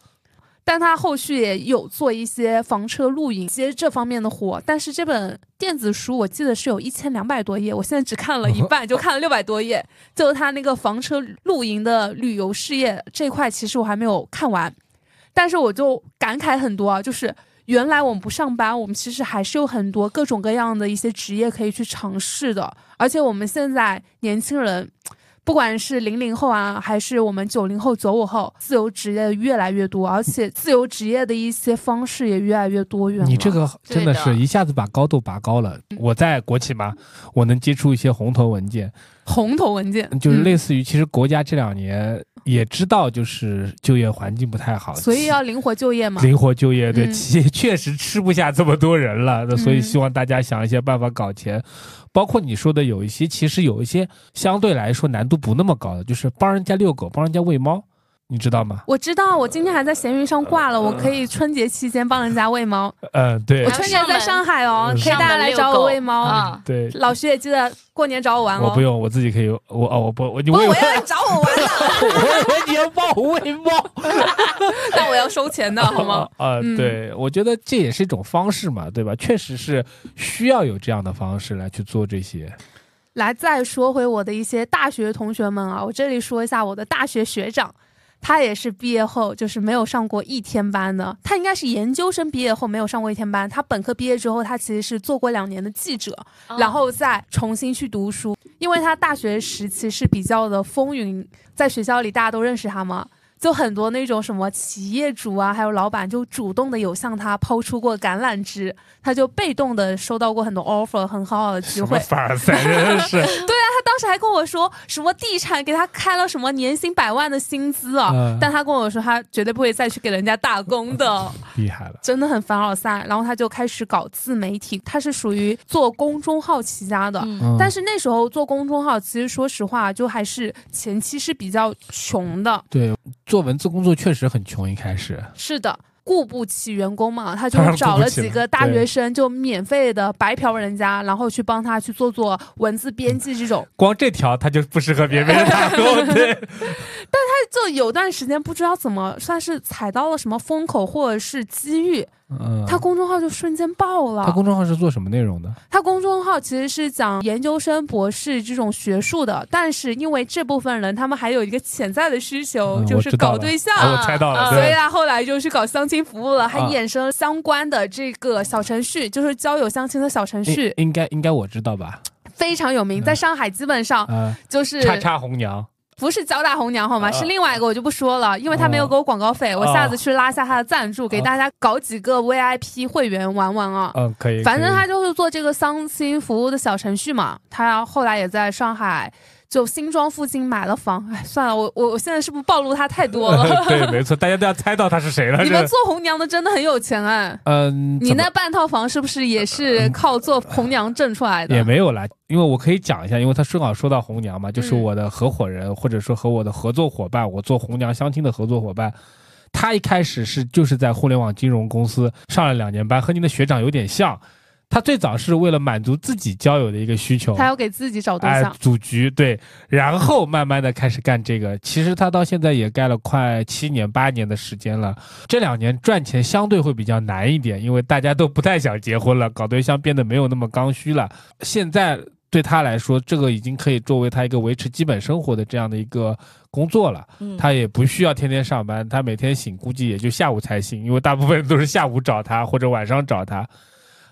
[SPEAKER 2] 但他后续也有做一些房车露营、接这方面的活。但是这本电子书我记得是有一千两百多页，我现在只看了一半，就看了六百多页。就是他那个房车露营的旅游事业这块，其实我还没有看完，但是我就感慨很多啊，就是。原来我们不上班，我们其实还是有很多各种各样的一些职业可以去尝试的。而且我们现在年轻人，不管是零零后啊，还是我们九零后、九五后，自由职业越来越多，而且自由职业的一些方式也越来越多元了。
[SPEAKER 3] 你这个真的
[SPEAKER 4] 对
[SPEAKER 3] 是
[SPEAKER 4] 的
[SPEAKER 3] 一下子把高度拔高了。
[SPEAKER 2] 嗯
[SPEAKER 3] 我在国企嘛，我能接触一些红头文件，
[SPEAKER 2] 红头文件嗯
[SPEAKER 3] 就是类
[SPEAKER 2] 似、
[SPEAKER 3] 似于其实国家这两年也知道，就是就业环境不太好，
[SPEAKER 2] 嗯所以要灵活就业嘛。
[SPEAKER 3] 灵活就业，对
[SPEAKER 2] 嗯
[SPEAKER 3] 企业确实吃不下这么多人了，那所以
[SPEAKER 2] 嗯
[SPEAKER 3] 希望大家想一些办法搞钱，包括你说的有一些，其实有一些相对来说难度不那么高的，就是帮人家遛狗，帮人家喂猫，你知道吗？
[SPEAKER 2] 我知道，我今天还在闲鱼上挂了，我可以春节期间帮人家喂猫。
[SPEAKER 3] 嗯，对
[SPEAKER 2] 我，春节在上海哦，
[SPEAKER 3] 嗯
[SPEAKER 2] 可以大家来找我喂猫。
[SPEAKER 4] 上门遛狗
[SPEAKER 2] 啊
[SPEAKER 4] 啊
[SPEAKER 3] 对，
[SPEAKER 2] 老徐也记得过年找我玩
[SPEAKER 3] 我
[SPEAKER 2] 哦
[SPEAKER 3] 不。用，我自己可以，我哦，我不，我你
[SPEAKER 2] 不，
[SPEAKER 3] 我以
[SPEAKER 2] 我
[SPEAKER 3] 为
[SPEAKER 2] 要来找我玩的，
[SPEAKER 3] 我 以为你要帮我喂猫，
[SPEAKER 2] 但我要收钱的 好吗？
[SPEAKER 3] 啊、
[SPEAKER 2] 嗯
[SPEAKER 3] 对，我觉得这也是一种方式嘛，对吧？确实是需要有这样的方式来去做这些。
[SPEAKER 2] 来，再说回我的一些大学同学们啊，我这里说一下我的大学学长，他也是毕业后就是没有上过一天班的，他应该是研究生毕业后没有上过一天班，他本科毕业之后，他其实是做过两年的记者，
[SPEAKER 4] 哦
[SPEAKER 2] 然后再重新去读书，因为他大学时期是比较的风云，在学校里大家都认识他嘛，就很多那种什么企业主啊，还有老板就主动的有向他抛出过橄榄枝，他就被动的收到过很多 offer，很好的机
[SPEAKER 3] 什
[SPEAKER 2] 会
[SPEAKER 3] 么。凡尔赛，真的是
[SPEAKER 2] 当当时还跟我说什么地产给他开了什么年薪百万的薪资啊，
[SPEAKER 3] 嗯
[SPEAKER 2] 但他跟我说他绝对不会再去给人家打工的，
[SPEAKER 3] 厉害了，
[SPEAKER 2] 真的很凡尔赛。然后他就开始搞自媒体，他是属于做公众号起家的。
[SPEAKER 4] 嗯
[SPEAKER 3] 嗯
[SPEAKER 2] 但是那时候做公众号，其实说实话，就还是前期是比较穷的，
[SPEAKER 3] 对做文字工作确实很穷，一开始
[SPEAKER 2] 是的，雇不起员工嘛，他就
[SPEAKER 3] 当然雇
[SPEAKER 2] 找
[SPEAKER 3] 不
[SPEAKER 2] 了
[SPEAKER 3] 起
[SPEAKER 2] 几
[SPEAKER 3] 了
[SPEAKER 2] 个大
[SPEAKER 3] 对
[SPEAKER 2] 学生，就免费的白嫖人家，然后去帮他去做做文字编辑这种。
[SPEAKER 3] 光这条他就不适合别人打 工，对，
[SPEAKER 2] 就有段时间不知道怎么算是踩到了什么风口或者是机遇，
[SPEAKER 3] 嗯，
[SPEAKER 2] 他啊公众号就瞬间爆了。
[SPEAKER 3] 他公众号是做什么内容的？
[SPEAKER 2] 他公众号其实是讲研究生、博士这种学术的，但是因为这部分人他们还有一个潜在的需求，
[SPEAKER 3] 嗯
[SPEAKER 2] 就
[SPEAKER 3] 我
[SPEAKER 2] 是
[SPEAKER 3] 知道
[SPEAKER 2] 搞
[SPEAKER 3] 了
[SPEAKER 2] 对象。
[SPEAKER 3] 啊我猜到了，
[SPEAKER 4] 啊
[SPEAKER 2] 所以
[SPEAKER 3] 对，
[SPEAKER 2] 他后来就去搞相亲服务了，还
[SPEAKER 3] 啊
[SPEAKER 2] 衍生了相关的这个小程序，就是交友相亲的小程序，
[SPEAKER 3] 应应该应该我知道吧？
[SPEAKER 2] 非常有名，
[SPEAKER 3] 嗯
[SPEAKER 2] 在上海基本上
[SPEAKER 3] 啊，
[SPEAKER 2] 就是
[SPEAKER 3] 叉叉红娘，
[SPEAKER 2] 不是交大红娘好吗？
[SPEAKER 3] 啊
[SPEAKER 2] 是另外一个，我就不说了，因为他没有给我广告费，我
[SPEAKER 3] 啊
[SPEAKER 2] 下次去拉下他的赞助，
[SPEAKER 3] 哦
[SPEAKER 2] 给大家搞几个 VIP 会员玩玩啊。
[SPEAKER 3] 嗯，可以，
[SPEAKER 2] 反正
[SPEAKER 3] 可以
[SPEAKER 2] 他就是做这个相亲服务的小程序嘛，他后来也在上海。就新庄附近买了房，哎，算了，我我我现在是不是暴露他太多 了？
[SPEAKER 3] 对，没错，大家都要猜到他是谁了。
[SPEAKER 2] 你
[SPEAKER 3] 这
[SPEAKER 2] 们做红娘的真的很有钱哎、
[SPEAKER 3] 嗯，
[SPEAKER 2] 你
[SPEAKER 3] 怎么
[SPEAKER 2] 那半套房是不是也是靠做红娘挣出来的？
[SPEAKER 3] 也没有啦，因为我可以讲一下，因为他正好说到红娘嘛，就是
[SPEAKER 2] 嗯
[SPEAKER 3] 我的合伙人，或者说和我的合作伙伴，我做红娘相亲的合作伙伴。他一开始是就是在互联网金融公司上了两年班，和您的学长有点像。他最早是为了满足自己交友的一个需求，
[SPEAKER 2] 他要给自己找对
[SPEAKER 3] 哎
[SPEAKER 2] 象，，
[SPEAKER 3] 组局对，然后慢慢的开始干这个。其实他到现在也干了快七年八年的时间了。这两年赚钱相对会比较难一点，因为大家都不太想结婚了，搞对象变得没有那么刚需了。现在对他来说，这个已经可以作为他一个维持基本生活的这样的一个工作了。
[SPEAKER 4] 嗯
[SPEAKER 3] 他也不需要天天上班，他每天醒估计也就下午才醒，因为大部分人都是下午找他或者晚上找他。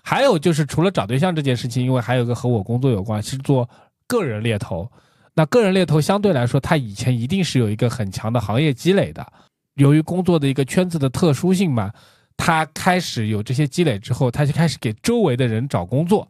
[SPEAKER 3] 还有就是除了找对象这件事情，因为还有一个和我工作有关，是做个人猎头。那个人猎头相对来说，他以前一定是有一个很强的行业积累的。由于工作的一个圈子的特殊性嘛，他开始有这些积累之后，他就开始给周围的人找工作。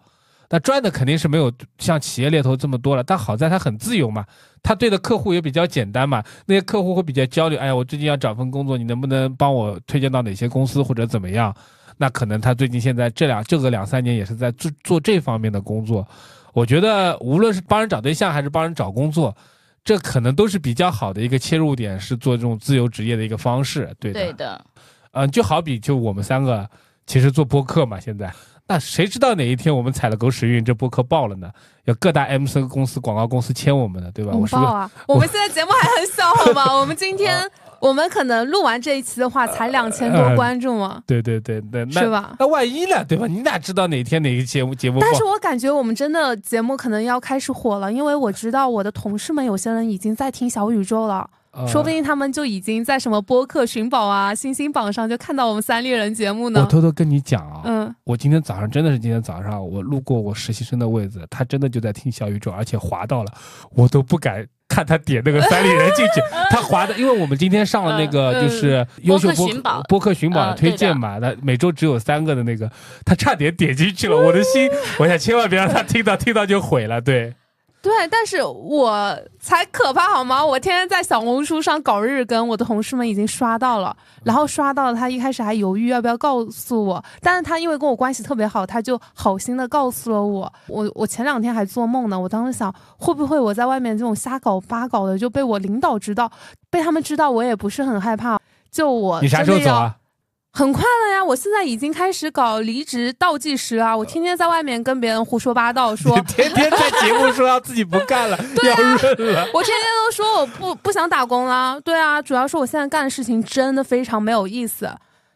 [SPEAKER 3] 那赚的肯定是没有像企业猎头这么多了，但好在他很自由嘛，他对的客户也比较简单嘛，那些客户会比较焦虑，哎呀，我最近要找份工作，你能不能帮我推荐到哪些公司或者怎么样？那可能他最近现在这两这个两三年也是在做做这方面的工作。我觉得无论是帮人找对象还是帮人找工作，这可能都是比较好的一个切入点，是做这种自由职业的一个方式，对的。
[SPEAKER 4] 对的，
[SPEAKER 3] 嗯，就好比就我们三个其实做播客嘛，现在那谁知道哪一天我们踩了狗屎运，这播客爆了呢？有各大 M C 公司、广告公司签我们的，对吧？
[SPEAKER 2] 红
[SPEAKER 3] 我是不
[SPEAKER 2] 爆
[SPEAKER 3] 是？
[SPEAKER 2] 啊！我们现在节目还很小，好吗？我们今天我们可能录完这一期的话，才两千多
[SPEAKER 3] 呃
[SPEAKER 2] 观众啊，
[SPEAKER 3] 对对对，那那
[SPEAKER 2] 是吧？
[SPEAKER 3] 那万一呢，对吧？你哪知道哪天哪个节目节目爆？
[SPEAKER 2] 但是我感觉我们真的节目可能要开始火了，因为我知道我的同事们有些人已经在听小宇宙了，
[SPEAKER 3] 呃
[SPEAKER 2] 说不定他们就已经在什么播客寻宝啊、星星榜上就看到我们三丽人节目
[SPEAKER 3] 我
[SPEAKER 2] 呢。
[SPEAKER 3] 偷偷跟你讲啊，
[SPEAKER 2] 嗯，
[SPEAKER 3] 我今天早上真的是今天早上，我路过我实习生的位置，他真的就在听小宇宙，而且滑到了，我都不敢。看他点那个三里人进 去，他滑的，因为我们今天上了那个
[SPEAKER 2] 嗯
[SPEAKER 3] 就是优秀
[SPEAKER 4] 播客
[SPEAKER 3] 播
[SPEAKER 4] 寻宝
[SPEAKER 3] 播客寻宝的
[SPEAKER 4] 嗯
[SPEAKER 3] 推荐嘛，他每周只有三个的那个，他差点点进去了，
[SPEAKER 4] 嗯
[SPEAKER 3] 我的心，我想千万别让他听到，听到就毁了。对，
[SPEAKER 2] 对，但是我才可怕好吗？我天天在小红书上搞日更，我的同事们已经刷到了，然后刷到了他一开始还犹豫要不要告诉我，但是他因为跟我关系特别好，他就好心的告诉了我。我我前两天还做梦呢，我当时想会不会我在外面这种瞎搞八搞的就被我领导知道，被他们知道我也不是很害怕。就
[SPEAKER 4] 哦
[SPEAKER 2] 我
[SPEAKER 3] 你啥时候走啊？
[SPEAKER 2] 很快了呀！我现在已经开始搞离职倒计时啊！我天天在外面跟别人胡说八道，说
[SPEAKER 3] 你 天天在节目说要自己不干 了，
[SPEAKER 4] 啊
[SPEAKER 3] 要润了，
[SPEAKER 2] 我天天都说我不不想打工啦，对啊，主要是我现在干的事情真的非常没有意思，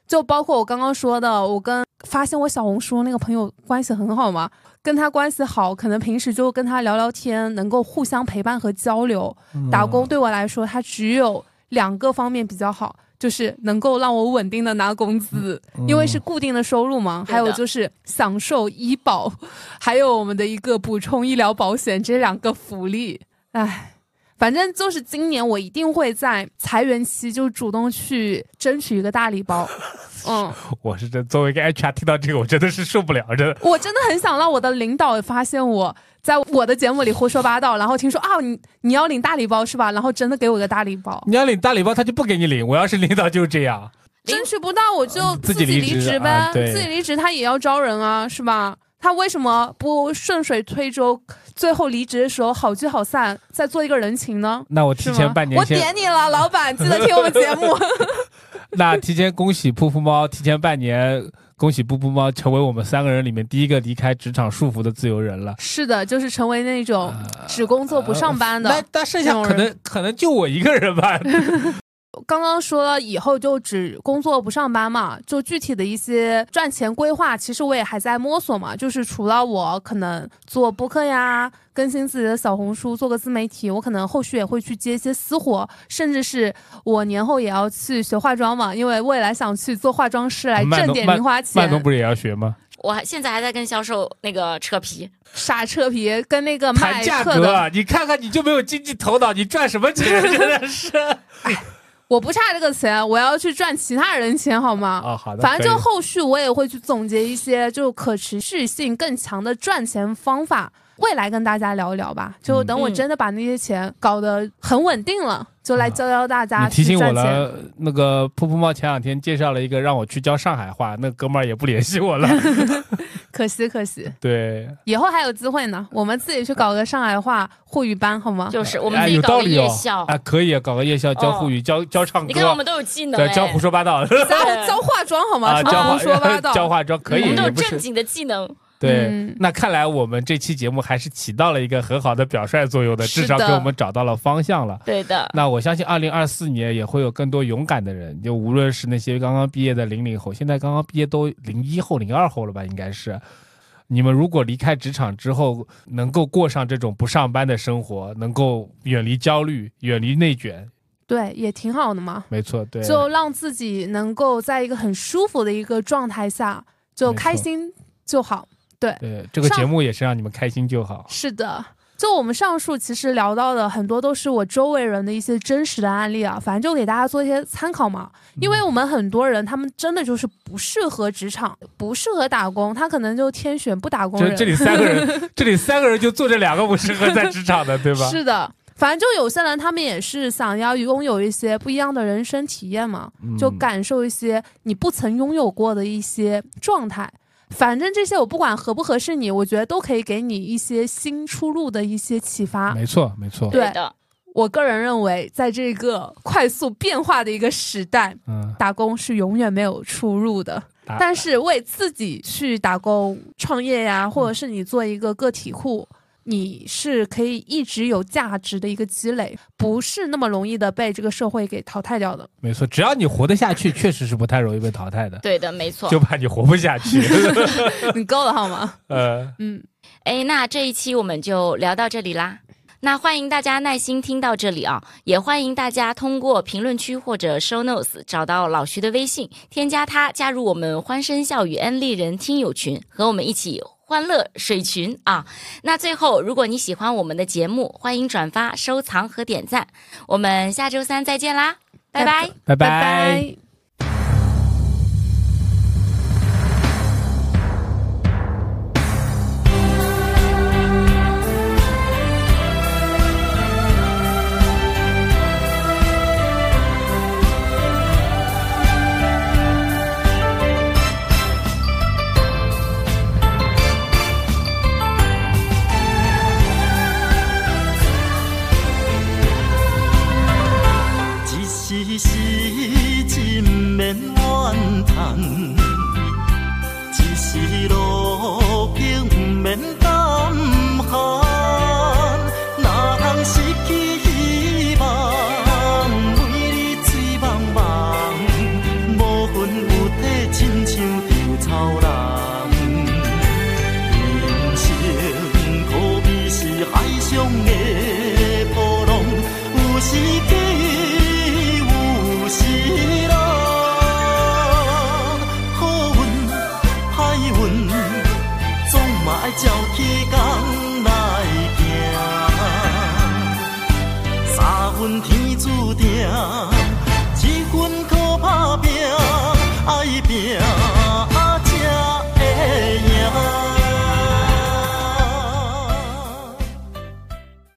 [SPEAKER 2] 就包括我刚刚说的，我跟发现我小红书那个朋友关系很好嘛，跟他关系好，可能平时就跟他聊聊天，能够互相陪伴和交流。
[SPEAKER 3] 嗯
[SPEAKER 2] 打工对我来说，它只有两个方面比较好，就是能够让我稳定的拿工资，
[SPEAKER 3] 嗯
[SPEAKER 2] 因为是固定的收入嘛，
[SPEAKER 4] 对的
[SPEAKER 2] 还有就是享受医 保，还有我们的一个补充医疗保险这两个福利。唉，反正就是今年我一定会在裁员期就主动去争取一个大礼 包。嗯，
[SPEAKER 3] 我是真作为一个 HR 听到这个，我真的是受不了，真的。
[SPEAKER 2] 我真的很想让我的领导发现我在我的节目里胡说八道，然后听说啊你你要领大礼包是吧？然后真的给我个大礼包，
[SPEAKER 3] 你要领大礼包，他就不给你领。我要是领导就是这样，
[SPEAKER 4] 领
[SPEAKER 2] 争取不到我就
[SPEAKER 3] 嗯自己离
[SPEAKER 2] 离
[SPEAKER 3] 职
[SPEAKER 2] 职呗，
[SPEAKER 3] 啊对
[SPEAKER 2] 自己离职他也要招人啊，是吧？他为什么不顺水推舟，最后离职的时候好聚好散，再做一个人情呢？
[SPEAKER 3] 那我
[SPEAKER 2] 是
[SPEAKER 3] 提
[SPEAKER 2] 吗
[SPEAKER 3] 前半年
[SPEAKER 2] 我
[SPEAKER 3] 先，
[SPEAKER 2] 点你了，老板，记得听我们节目。
[SPEAKER 3] 那提前恭喜噗噗猫，提前半年恭喜噗噗猫成为我们三个人里面第一个离开职场束缚的自由人了。
[SPEAKER 2] 是的，就是成为那种只工作不上班的。
[SPEAKER 3] 啊那但剩下
[SPEAKER 2] 这种
[SPEAKER 3] 可能可能就我一个人吧。
[SPEAKER 2] 刚刚说了以后就只工作不上班嘛，就具体的一些赚钱规划，其实我也还在摸索嘛。就是除了我可能做播客呀，更新自己的小红书，做个自媒体，我可能后续也会去接一些私活，甚至是我年后也要去学化妆嘛，因为未来想去做化妆师来
[SPEAKER 3] 慢
[SPEAKER 2] 挣
[SPEAKER 3] 农
[SPEAKER 2] 点
[SPEAKER 3] 慢
[SPEAKER 2] 零花钱。
[SPEAKER 3] 曼农不是也要学吗？
[SPEAKER 4] 我还现在还在跟销售那个扯皮，
[SPEAKER 2] 傻扯皮，跟那个
[SPEAKER 3] 谈
[SPEAKER 2] 卖
[SPEAKER 3] 价
[SPEAKER 2] 课的
[SPEAKER 3] 格，啊你看看你就没有经济头脑，你赚什么钱？真 的是
[SPEAKER 2] 我不差这个钱，我要去赚其他人钱，好吗？
[SPEAKER 3] 啊，好的，
[SPEAKER 2] 反正就
[SPEAKER 3] 可以
[SPEAKER 2] 后续我也会去总结一些就可持续性更强的赚钱方法，未来跟大家聊一聊吧。就等我
[SPEAKER 4] 嗯
[SPEAKER 2] 真的把那些钱搞得很稳定
[SPEAKER 3] 嗯
[SPEAKER 2] 了，就来教教大家
[SPEAKER 3] 你提
[SPEAKER 2] 去
[SPEAKER 3] 醒
[SPEAKER 2] 赚
[SPEAKER 3] 我
[SPEAKER 2] 钱。
[SPEAKER 3] 了，那个噗噗猫前两天介绍了一个让我去教上海话，那哥们儿也不联系我了。
[SPEAKER 2] 可惜可惜，
[SPEAKER 3] 对，
[SPEAKER 2] 以后还有机会呢，我们自己去搞个上海话沪语班好吗？
[SPEAKER 4] 就是我们
[SPEAKER 3] 哎
[SPEAKER 4] 自己
[SPEAKER 3] 有道
[SPEAKER 4] 搞个
[SPEAKER 3] 理
[SPEAKER 4] 夜
[SPEAKER 3] 哦
[SPEAKER 4] 校，
[SPEAKER 3] 啊，可以啊搞个夜校教
[SPEAKER 4] 哦
[SPEAKER 3] 沪语、教教唱
[SPEAKER 4] 你看我
[SPEAKER 3] 歌，
[SPEAKER 4] 们都有技能，
[SPEAKER 3] 对，教胡
[SPEAKER 4] 哎
[SPEAKER 3] 说八 道
[SPEAKER 2] 教教化妆好吗？
[SPEAKER 3] 啊，
[SPEAKER 2] 从
[SPEAKER 3] 教
[SPEAKER 2] 胡
[SPEAKER 3] 化
[SPEAKER 2] 哦说 八道。
[SPEAKER 3] 教化妆可
[SPEAKER 4] 我
[SPEAKER 3] 以，
[SPEAKER 4] 们都
[SPEAKER 3] 也
[SPEAKER 4] 有
[SPEAKER 3] 不
[SPEAKER 4] 正
[SPEAKER 3] 是
[SPEAKER 4] 经的技能。
[SPEAKER 3] 对
[SPEAKER 2] 嗯。
[SPEAKER 3] 那看来我们这期节目还是起到了一个很好的表率作用的，
[SPEAKER 2] 是
[SPEAKER 3] 至少给
[SPEAKER 2] 的啊
[SPEAKER 3] 我们找到了方向了。
[SPEAKER 4] 对的，
[SPEAKER 3] 那我相信，二零二四年也会有更多勇敢的人，就无论是那些刚刚毕业的零零后，现在刚刚毕业都零一后、零二后了吧，应该是。你们如果离开职场之后，能够过上这种不上班的生活，能够远离焦虑、远离内卷，
[SPEAKER 2] 对，也挺好的嘛。
[SPEAKER 3] 没错，对，
[SPEAKER 2] 就让自己能够在一个很舒服的一个状态下，就
[SPEAKER 3] 没错
[SPEAKER 2] 开心就好。
[SPEAKER 3] 对这个
[SPEAKER 2] 上
[SPEAKER 3] 节目也是让你们开心就好。
[SPEAKER 2] 是的，就我们上述其实聊到的很多都是我周围人的一些真实的案例啊，反正就给大家做一些参考嘛。
[SPEAKER 3] 嗯
[SPEAKER 2] 因为我们很多人他们真的就是不适合职场，不适合打工，他可能就天选不打工
[SPEAKER 3] 这
[SPEAKER 2] 人。
[SPEAKER 3] 这里三个 人，这里三个人就坐着两个不适合在职场的，对吧？
[SPEAKER 2] 是的。反正就有些人，他们也是想要拥有一些不一样的人生体验嘛，就
[SPEAKER 3] 嗯
[SPEAKER 2] 感受一些你不曾拥有过的一些状态。反正这些我不管合不合适你，我觉得都可以给你一些新出路的一些启发。
[SPEAKER 3] 没错，没错，
[SPEAKER 2] 对
[SPEAKER 4] 的，
[SPEAKER 2] 我个人认为，在这个快速变化的一个时代，
[SPEAKER 3] 嗯，
[SPEAKER 2] 打工是永远没有出路的
[SPEAKER 3] 打。
[SPEAKER 4] 啊
[SPEAKER 2] 但是为自己去打工、创业呀，或
[SPEAKER 4] 嗯
[SPEAKER 2] 者是你做一个个体户，你是可以一直有价值的一个积累，不是那么容易的被这个社会给淘汰掉的。
[SPEAKER 3] 没错，只要你活得下去，确实是不太容易被淘汰的，
[SPEAKER 4] 对的，没错。
[SPEAKER 3] 就怕你活不 下去。
[SPEAKER 2] 你够了好吗？
[SPEAKER 3] 呃，
[SPEAKER 2] 嗯，
[SPEAKER 4] 哎，那这一期我们就聊到这里啦。那欢迎大家耐心听到这里啊，也欢迎大家通过评论区或者 show notes 找到老徐的微信，添加他，加入我们欢声笑语安利人听友群，和我们一起欢乐水群啊！那最后，如果你喜欢我们的节目，欢迎转发、收藏和点赞。我们下周三再见啦，拜拜。
[SPEAKER 2] 拜
[SPEAKER 3] 拜
[SPEAKER 2] 拜